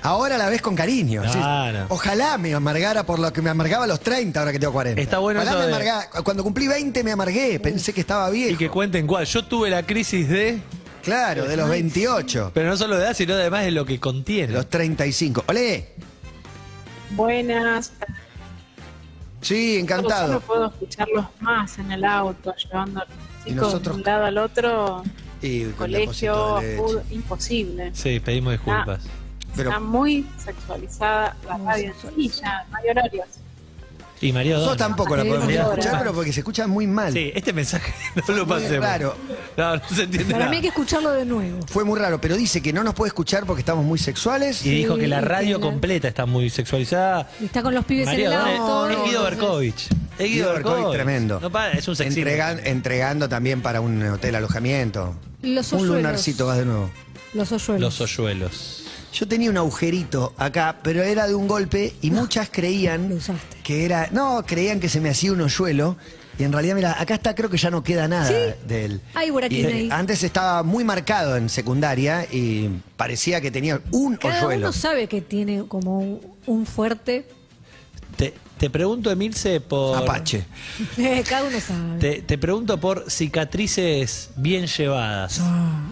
C: ahora la ves con cariño. ¿sí?
D: Claro.
C: Ojalá me amargara por lo que me amargaba a los 30, ahora que tengo 40.
D: Está bueno
C: Ojalá
D: eso
C: me
D: de-
C: amargara- Cuando cumplí 20 me amargué, pensé que estaba
D: y
C: bien.
D: que cuenten cuál. Yo tuve la crisis de.
C: Claro, de los 28,
D: Pero no solo de edad, sino además de lo que
C: de
D: contiene.
C: los 35. ¡Olé!
M: Buenas.
C: Sí,
M: Solo
C: encantado.
M: puedo escucharlos más en el auto, llevando a los
C: Y
M: chicos
C: nosotros-
M: de un lado al otro,
C: Y con la
M: colegio,
C: cosita de leche.
M: fútbol, imposible.
D: Sí, pedimos disculpas.
F: Ah.
C: Pero-
M: Está muy sexualizada la radio en sí, ya no hay horarios.
D: Y María
C: Nosotros
D: O'Donnell.
C: tampoco la podemos
D: María
C: escuchar,
D: O'Donnell.
C: pero porque se escucha muy mal.
D: Sí, este mensaje no lo
C: Muy
D: pasemos.
C: raro.
D: No, no se entiende
F: Para
D: nada.
F: mí hay que escucharlo de nuevo.
C: Fue muy raro, pero dice que no nos puede escuchar porque estamos muy sexuales.
D: Y dijo que la
F: Sí,
D: radio
F: que la-
D: completa está muy sexualizada.
F: Y Está con los pibes
D: María
F: en el
D: O'Donnell
F: auto.
D: es Guido
F: entonces-
D: Berkovich. Es
C: Guido
D: Guido
C: Berkovich,
D: Berkovich.
C: tremendo.
D: No para, es un sexismo.
C: Entregan- entregando también para un hotel alojamiento.
F: Los
C: un
F: hoyuelos.
C: lunarcito vas de nuevo.
F: Los hoyuelos.
D: Los hoyuelos.
C: Yo tenía un agujerito acá, pero era de un golpe y muchas
F: Lo
C: creían
F: usaste.
C: que era. No, creían que se me hacía un hoyuelo. Y en realidad, mira, acá está, creo que ya no queda nada de él.
F: Hay buraquín
C: Y,
F: ahí.
C: Antes estaba muy marcado en secundaria y parecía que tenía un
F: Cada
C: hoyuelo.
F: uno sabe que tiene como un, un fuerte.
D: Te, te pregunto, Emilce, por.
C: Apache.
F: Cada uno sabe.
D: Te, te pregunto por cicatrices bien llevadas.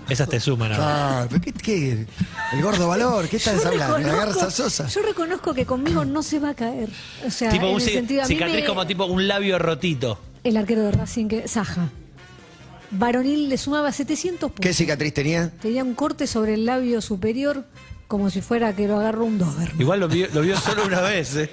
D: Esas te suman ahora.
C: Ah, ¿pero qué, qué? El gordo valor, ¿qué estás hablando? La garza sosa.
F: yo reconozco que conmigo no se va a caer. O sea,
D: Tipo
F: en
D: un
F: el
D: ci-
F: sentido a mí
D: cicatriz
F: me-
D: como tipo un labio rotito.
F: El arquero de Racing, que, Saja. Varonil le sumaba 700 puntos.
C: ¿Qué cicatriz tenía?
F: Tenía un corte sobre el labio superior como si fuera que lo agarró un Doberman.
D: Igual lo vio, lo vio solo una vez. ¿eh?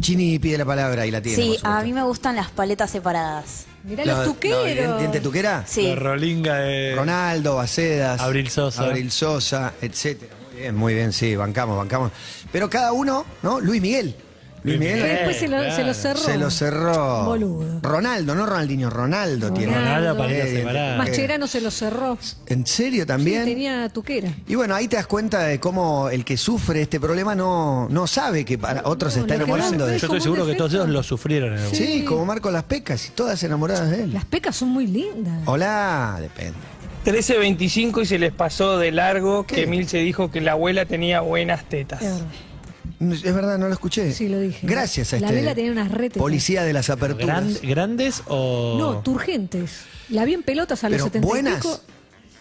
C: Chini pide la palabra y la tiene.
N: Sí, a
C: por supuesto.
N: mí me gustan las paletas separadas.
F: Mirá
C: La-
F: los
C: la-
F: tuqueros.
C: ¿dien- ¿Diente tuquera?
N: Sí.
D: La rolinga de.
C: Ronaldo, Bacedas.
D: Abril Sosa.
C: Abril Sosa, etcétera. Muy bien, muy bien, sí, bancamos, bancamos. Pero cada uno, ¿no? Luis Miguel. Luis
D: Luis
C: Miguel.
F: Que
D: Miguel.
F: después se lo,
D: Claro.
F: se lo cerró.
C: Se lo cerró.
F: Boludo.
C: Ronaldo, no Ronaldinho, Ronaldo, tiene.
D: Ronaldo, paleta
C: Eh,
D: separada.
F: Mascherano se lo cerró. Sí,
C: ¿En serio también?
F: tenía tuquera.
C: Y bueno, ahí te das cuenta de cómo el que sufre este problema no, no sabe que para otros se
F: No,
C: está
F: lo que
C: enamorando
F: no
C: de
D: Yo
F: es
C: él.
F: como
D: estoy
F: un
D: seguro que todos
F: defecto.
D: ellos lo sufrieron en algún
C: Sí, como Marco Las Pecas y todas enamoradas de él.
F: Las pecas son muy lindas.
C: Oh. Hola, depende.
G: 13.25 y se les pasó de largo
C: ¿Qué?
G: que Emilce dijo que la abuela tenía buenas tetas.
F: Es verdad.
C: Es verdad, no lo escuché.
F: Sí, lo dije.
C: Gracias a
F: La
C: este
F: vela tenía unas retes.
C: policía de las aperturas.
D: Gran- ¿Grandes o.?
F: No, turgentes. La vi en pelotas a los
C: Pero
F: 70 y
C: buenas.
F: pico.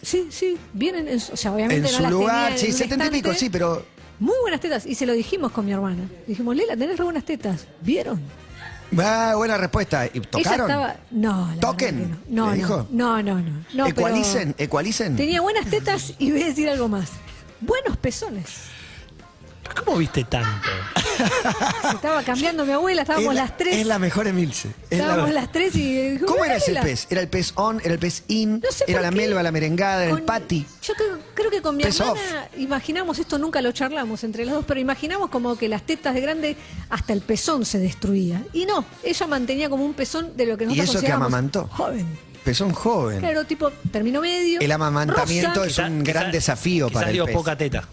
F: Sí, sí, vienen, en su- o sea, obviamente
C: en
F: no
C: su
F: las
C: lugar,
F: tenía
C: sí,
F: en un
C: setenta y pico,
F: estante.
C: sí, pero
F: Muy buenas tetas, y se lo dijimos con mi hermana. Dijimos, Lela, tenés re buenas tetas. ¿Vieron?
C: ah, buena respuesta. ¿Y ¿Tocaron?
F: Ella estaba. No, la
C: ¿Toquen?
F: verdad que No,
C: ¿Le
F: no,
C: dijo?
F: no, no, no, no, no, pero
C: ¿Ecualicen? ¿Ecualicen?
F: Tenía buenas tetas y voy a decir algo más. Buenos pezones.
D: ¿Cómo viste tanto?
F: Se estaba cambiando mi abuela, estábamos
C: Es la-
F: las tres.
C: Es la mejor Emilce. Es la-
F: Estábamos las tres y dijo,
C: ¿Cómo
F: "Mirá,
C: era ese
F: Lela".
C: pez? ¿Era el pez on? ¿Era el pez in?
F: sé
C: ¿Era
F: por
C: la
F: qué.
C: melva, la merengada, era el
F: Con-
C: pati?
F: Yo creo, creo que con mi
C: Pez
F: hermana
C: off.
F: imaginamos esto, nunca lo charlamos entre las dos, pero imaginamos como que las tetas de grande hasta el pezón se destruía. Y no, ella mantenía como un pezón de lo que
C: Y
F: nosotros
C: eso que
F: considerábamos
C: amamantó.
F: Joven.
C: Pezón joven.
F: Claro, tipo, terminó medio.
C: El amamantamiento
F: rosa.
C: es un gran desafío
D: Quizás
C: para el
D: dio
C: pez.
D: poca teta.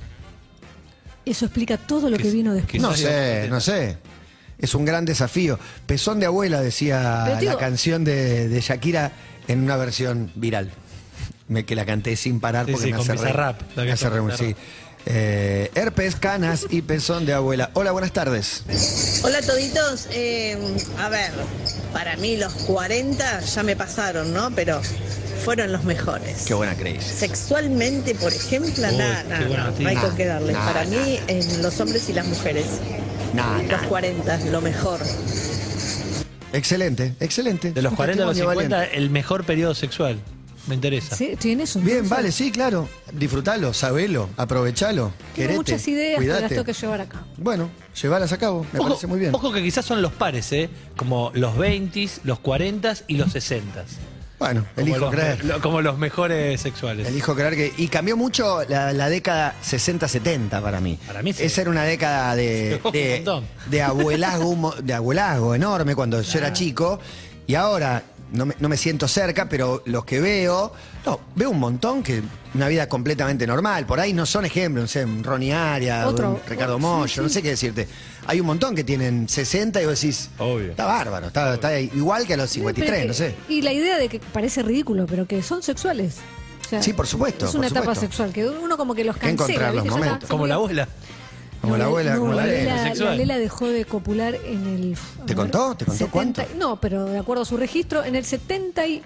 F: Eso explica todo lo que vino después.
C: No sé, no sé. Es un gran desafío. Pezón de abuela, decía
F: Pero digo-
C: la canción de, de Shakira en una versión viral. Me, que la canté sin parar
D: Sí,
C: porque
D: sí,
C: me
D: con
C: hace reír.
D: Bizarrap, la que
C: Me hace
D: con
C: reír, sí. Eh, herpes, canas y pezón de abuela. Hola, buenas tardes.
O: Hola toditos, Eh, a ver, para mí los 40 ya me pasaron, ¿no? Pero fueron los mejores.
C: Qué buena creéis.
O: Sexualmente, por ejemplo,
C: Uy,
O: nada,
C: qué
O: nada,
C: buena
O: no,
C: noticia.
O: no hay con qué
C: Nah,
O: darle.
C: nah,
O: para mí, en eh, los hombres y las mujeres,
C: Nah,
O: los 40, lo mejor.
C: Excelente, excelente.
D: De los
C: Un
D: 40 a los eh.
C: testimonio
D: 50,
C: valiente.
D: el mejor periodo sexual. Me interesa.
F: Sí, estoy en eso.
C: Bien, vale, sí, claro. Disfrutalo, sabelo, aprovechalo.
F: Tengo
C: querete,
F: muchas ideas que las
C: cuidate.
F: tengo que llevar acá.
C: Bueno, llevalas a cabo, me
D: ojo,
C: parece muy bien.
D: ojo que quizás son los pares, ¿eh? Como los 20s, los 40s y los 60s.
C: Bueno,
D: Como
C: elijo
D: los-
C: creer.
D: lo- como los mejores sexuales.
C: Elijo creer que. Y cambió mucho la, la década 60-70 para mí. Para mí Esa era una década de,
D: Un
C: de,
D: montón.
C: de abuelazgo, un mo- de abuelazgo enorme cuando yo era chico. Y ahora no me, no me siento cerca, pero los que veo. No, veo un montón que una vida completamente normal. Por ahí no son ejemplos, no sé, un Ronnie Arias,
F: Otro.
C: un Ricardo
F: Sí,
C: Mollo,
F: sí.
C: no sé qué decirte. Hay un montón que tienen 60 y vos decís. Está bárbaro, está, está igual que a los 53,
F: Pero
C: no
F: que-
C: sé.
F: Y la idea de que parece ridículo, pero que son sexuales. O sea,
C: Sí, por supuesto,
F: Es una
C: por
F: etapa
C: supuesto.
F: sexual, que uno como que los
C: Hay que
F: cancela.
C: encontrar los
F: ¿viste? Ya está,
C: momentos.
F: se murió.
D: abuela.
C: Como
F: No,
C: la abuela,
F: no,
C: como la
F: Lela-
C: nena.
F: la Lela dejó de copular en el.
C: ¿Te
F: a ver,
C: contó? ¿Te contó cuánto?
F: 70 No, pero de acuerdo a su registro, en el 70 y.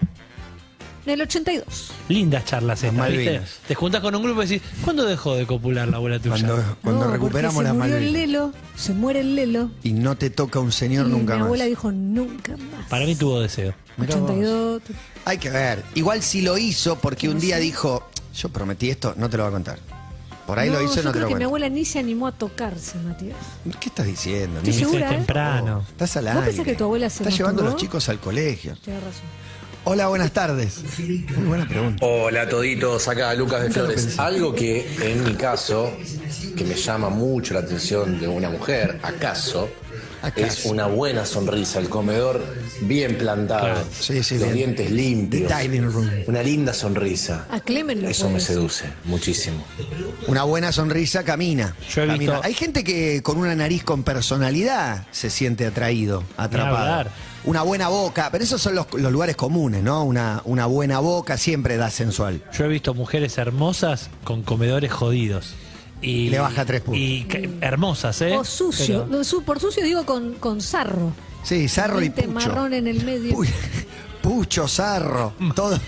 F: En el 82.
D: Lindas charlas estas, ¿viste?
C: Malvinas.
D: Te juntás con un grupo y decís, ¿cuándo dejó de copular la abuela tuya?
C: Cuando, cuando
F: No,
C: recuperamos
F: porque
C: las
F: se murió el
C: Malvinas.
F: Lelo, se muere el Lelo.
C: Y no te toca un señor
F: y
C: nunca
F: mi
C: más.
F: abuela dijo nunca más.
D: Para mí tuvo deseo.
C: Mirá vos.
F: 82.
C: Hay que ver. Igual si lo hizo porque un día dijo, yo prometí esto, no te lo voy a contar. Por ahí
F: no,
C: lo hizo
F: yo
C: y no te
F: creo
C: lo
F: que mi
C: cuento.
F: abuela ni se animó a tocarse, Matías.
C: ¿Qué estás diciendo?
F: Estoy
C: Nico?
F: segura, ¿eh?
D: temprano.
C: Oh, estás al
F: ¿Vos
C: aire.
F: pensás que tu abuela se
C: Estás llevando a los
F: masturbó?
C: chicos al colegio.
F: Tienes razón.
C: Hola, buenas tardes. Muy buena pregunta.
P: Hola toditos, acá Lucas de Flores. Algo que en mi caso, que me llama mucho la atención de una mujer, acaso, es una buena sonrisa, el comedor bien plantado, los
C: bien.
P: dientes limpios,
C: The dining room.
P: una linda sonrisa.
F: A Clemen lo
P: Eso
F: puede
P: me
F: decir.
P: seduce muchísimo.
C: Una buena sonrisa camina.
D: he
C: Camina.
D: visto-
C: Hay gente que con una nariz con personalidad se siente atraído, atrapado.
D: hablar.
C: Una buena boca, pero esos son los, los lugares comunes, ¿no? Una, una buena boca siempre da sensual.
D: Yo he visto mujeres hermosas con comedores jodidos. Y
C: Le baja tres puntos. Oh,
D: Y que- hermosas, ¿eh?
F: O sucio.
D: Pero-
F: Lo su- por sucio digo con, con sarro.
C: Sí, sarro y
F: Gente
C: pucho.
F: marrón en el medio.
C: Uy, pucho, sarro, todo.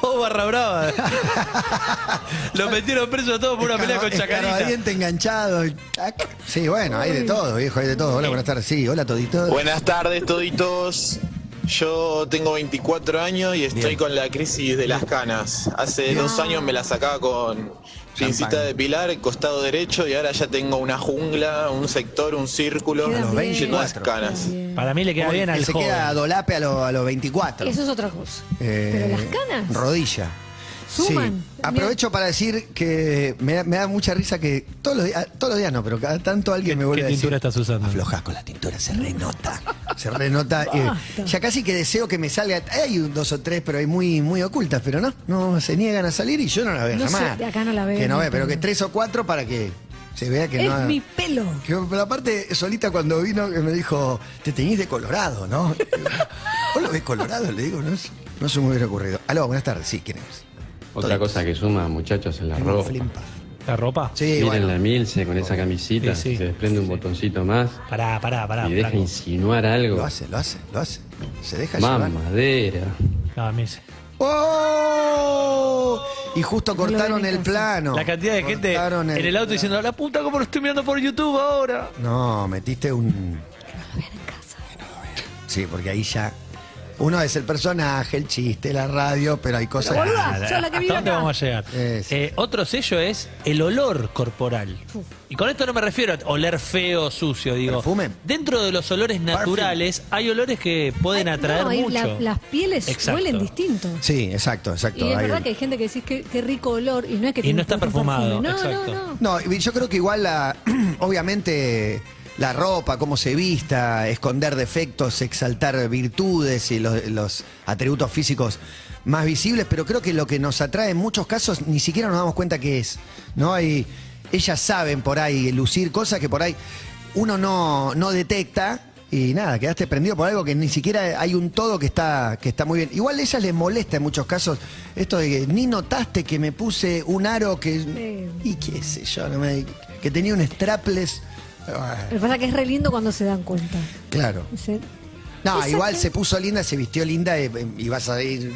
D: Todo barra brava. Lo metieron preso a todos por una pelea con Chacarita.
C: Escarbadiente enganchado. tac. Sí, bueno, hay de todo, viejo, hay de todo.
F: Eh.
C: Hola, buenas tardes. Sí, hola, todito.
Q: Buenas tardes, toditos. Yo tengo 24 años y estoy con la crisis de las canas. Hace dos años me la sacaba con pincita de pilar, costado derecho, y ahora ya tengo una jungla, un sector, un círculo,
F: Queda A los bien.
Q: lleno de canas.
D: Para mí le queda
C: Uy,
D: bien
C: que
D: al
C: Se
D: joven.
C: queda a Dolape a, lo- a los 24.
F: Eso es otra cosa.
C: Eh,
F: Pero las canas.
C: Rodilla.
F: Suman.
C: Sí. Aprovecho para decir que me, da- me da mucha risa que todos los días, ah, todos los días no, pero cada tanto alguien me vuelve
D: ¿Qué
C: a decir.
D: tintura estás usando?
C: Aflojás con la tintura, se renota. Se renota. eh, ya casi que deseo que me salga. Hay un- dos o tres, pero hay muy, muy ocultas, pero no, no se niegan a salir y yo no la veo
F: No sé,
C: jamás.
F: de acá no la veo,
C: Que no
F: no
C: ve, pero
F: tengo.
C: que tres o cuatro para que se vea que
F: es
C: no. ha-
F: mi pelo.
C: que- pero aparte, Solita cuando vino que me dijo, te teñís de colorado, ¿no? Digo, ¿Vos lo ves colorado? Le digo, no, es- no se me hubiera ocurrido. Aló, buenas tardes, sí, ¿quién es?
J: Otra cosa que suma, muchachos, en la
C: Un
J: ropa.
C: flimpa.
D: ¿La ropa?
C: Sí,
J: Miren
C: bueno.
J: la Milce con esa camisita,
D: Sí, sí.
J: se desprende un botoncito más
D: Pará, pará, pará.
J: y deja
D: flaco.
J: insinuar algo.
C: Lo hace, lo hace, lo hace. Se deja llevar.
J: Mamadera.
D: No, a mí sí.
C: ¡Oh! Y justo cortaron el plano.
D: La cantidad de gente
C: Cortaron
D: en el auto diciendo, la puta, ¿cómo lo estoy mirando por YouTube ahora?
C: No, metiste un. Sí, porque ahí ya. Uno es el personaje, el chiste, la radio, pero hay cosas.
D: Nada, ¿Hasta dónde vamos a llegar? Eh, otro sello es el olor corporal. Y con esto no me refiero a oler feo, sucio, digo. Dentro de los olores naturales hay olores que pueden atraer
F: No, ahí
D: mucho.
F: la- las pieles
D: Exacto.
F: huelen distinto.
C: Sí, exacto, exacto.
F: Y es
C: ahí-
F: verdad que hay gente que decís que, qué rico olor y no es que
C: Y
F: tiene
C: no está
F: un perfume.
C: perfumado,
F: No,
C: exacto.
F: no, no.
C: No, y yo creo que igual la, obviamente la ropa, cómo se vista, esconder defectos, exaltar virtudes y los, los atributos físicos más visibles, pero creo que lo que nos atrae en muchos casos ni siquiera nos damos cuenta que es, ¿no? hay ellas saben por ahí lucir cosas que por ahí uno no, no detecta y nada, quedaste prendido por algo que ni siquiera hay un todo que está, que está muy bien. Igual a ellas les molesta en muchos casos esto de que ni notaste que me puse un aro que. Y qué sé yo, no me- que tenía un strapless. Ah,
F: Lo que pasa es que es re lindo cuando se dan cuenta.
C: Claro.
F: Se-
C: No, igual se puso linda, se vistió linda y, y vas a ir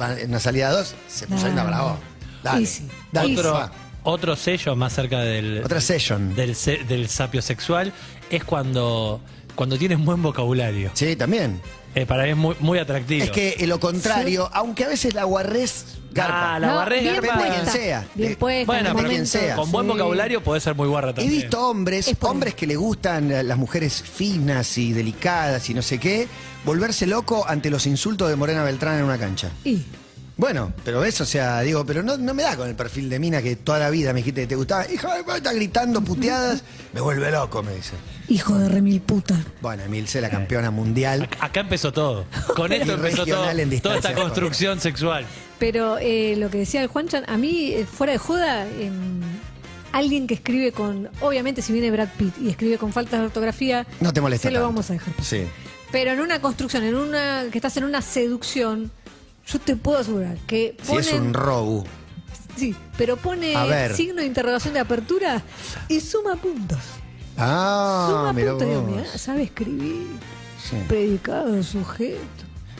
C: va- en una salida a dos, se puso
F: Ah.
C: linda para vos. Dale.
F: Y sí.
C: dale,
D: otro,
C: va.
D: otro sello más cerca del.
C: Otra session.
D: Del, se- del sapio sexual es cuando, cuando tienes buen vocabulario. Eh,
C: Sí, también.
D: para mí es muy, muy atractivo.
C: Es que eh, lo contrario, aunque a veces la guarrés garpa.
D: Ah, la No, guarrés bien garpa.
C: Depende de
D: puesta.
C: quien sea.
D: Bien
C: Eh,
D: puesta,
C: bueno,
D: en el
C: pero quien
D: momento.
C: sea.
D: Con buen vocabulario podés ser muy guarra
C: He
D: también.
C: visto hombres, hombres que le gustan eh, las mujeres finas y delicadas y no sé qué, volverse loco ante los insultos de Morena Beltrán en una cancha.
F: Y
C: Bueno, pero eso, o sea, digo, pero no, no me da con el perfil de mina que toda la vida me dijiste que te gustaba. Hija, de puta, está gritando puteadas, me vuelve loco, me dice.
F: hijo de remil puta.
C: Bueno, Emilce, la campeona mundial.
D: Acá empezó todo. Con esto
C: Y
D: empezó todo.
C: regional en
D: Toda
C: distancia
D: esta
C: corta.
D: construcción sexual.
F: Pero eh, lo que decía el Juanchan, a mí, eh, fuera de joda, em, alguien que escribe con. Obviamente, si viene Brad Pitt y escribe con faltas de ortografía.
C: No te molesta.
F: Se lo
C: tanto.
F: vamos a dejar.
C: Sí.
F: Pero en una construcción, en una que estás en una seducción, yo te puedo asegurar que
C: Si
F: ponen.
C: es un robu.
F: sí, pero pone
C: A ver.
F: signo de interrogación de apertura y suma puntos.
C: Ah,
F: suma
C: mirá
F: puntos. Digo,
C: vos.
F: mirá, sabe escribir,
C: Sí.
F: predicado, sujeto.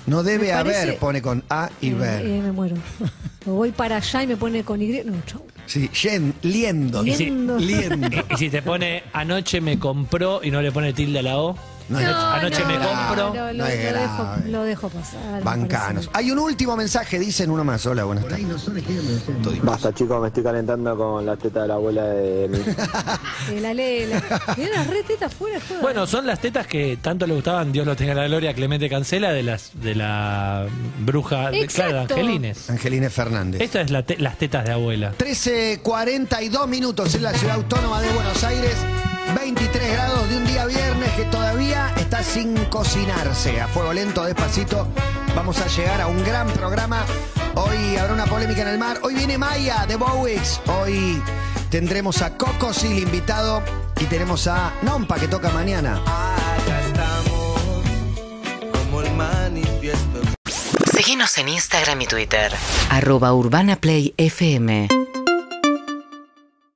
C: No debe
F: Me parece-
C: haber, pone con A y
F: Eh,
C: ver.
F: eh, me muero. O voy para allá y me pone con Y. No, chau.
C: Sí, yen- liendo.
D: Y si,
F: Liendo.
D: y- y si te pone anoche me compró y no le pone tilde a la O. anoche me compro.
F: no, lo,
C: no es
F: lo dejo,
C: grave.
F: lo dejo pasar. me
C: Bancanos. Hay un último mensaje, dicen uno más. Hola, buenas tardes.
R: Basta chicos, me estoy calentando con la teta de la abuela de mi.
F: parece. Eh, la lela. Mirá las retetas fuera, joda.
D: Bueno, son las tetas que tanto le gustaban, Dios lo tenga en la gloria, a Clemente Cancela, de las de la bruja de, claro, de
F: Exacto.
D: Angelines.
C: Angelines Fernández.
D: Esta es la te- las tetas de abuela.
C: 13.42 minutos en la ciudad autónoma de Buenos Aires. 23 grados de un día viernes que todavía está sin cocinarse. A fuego lento, despacito, vamos a llegar a un gran programa. Hoy habrá una polémica en el mar. Hoy viene Maya de Bowix. Hoy tendremos a Coco Sil invitado y tenemos a Nompa que toca mañana.
S: Acá estamos como el manifiesto.
T: Síguenos en Instagram y Twitter.
U: Arroba Urbana Play FM.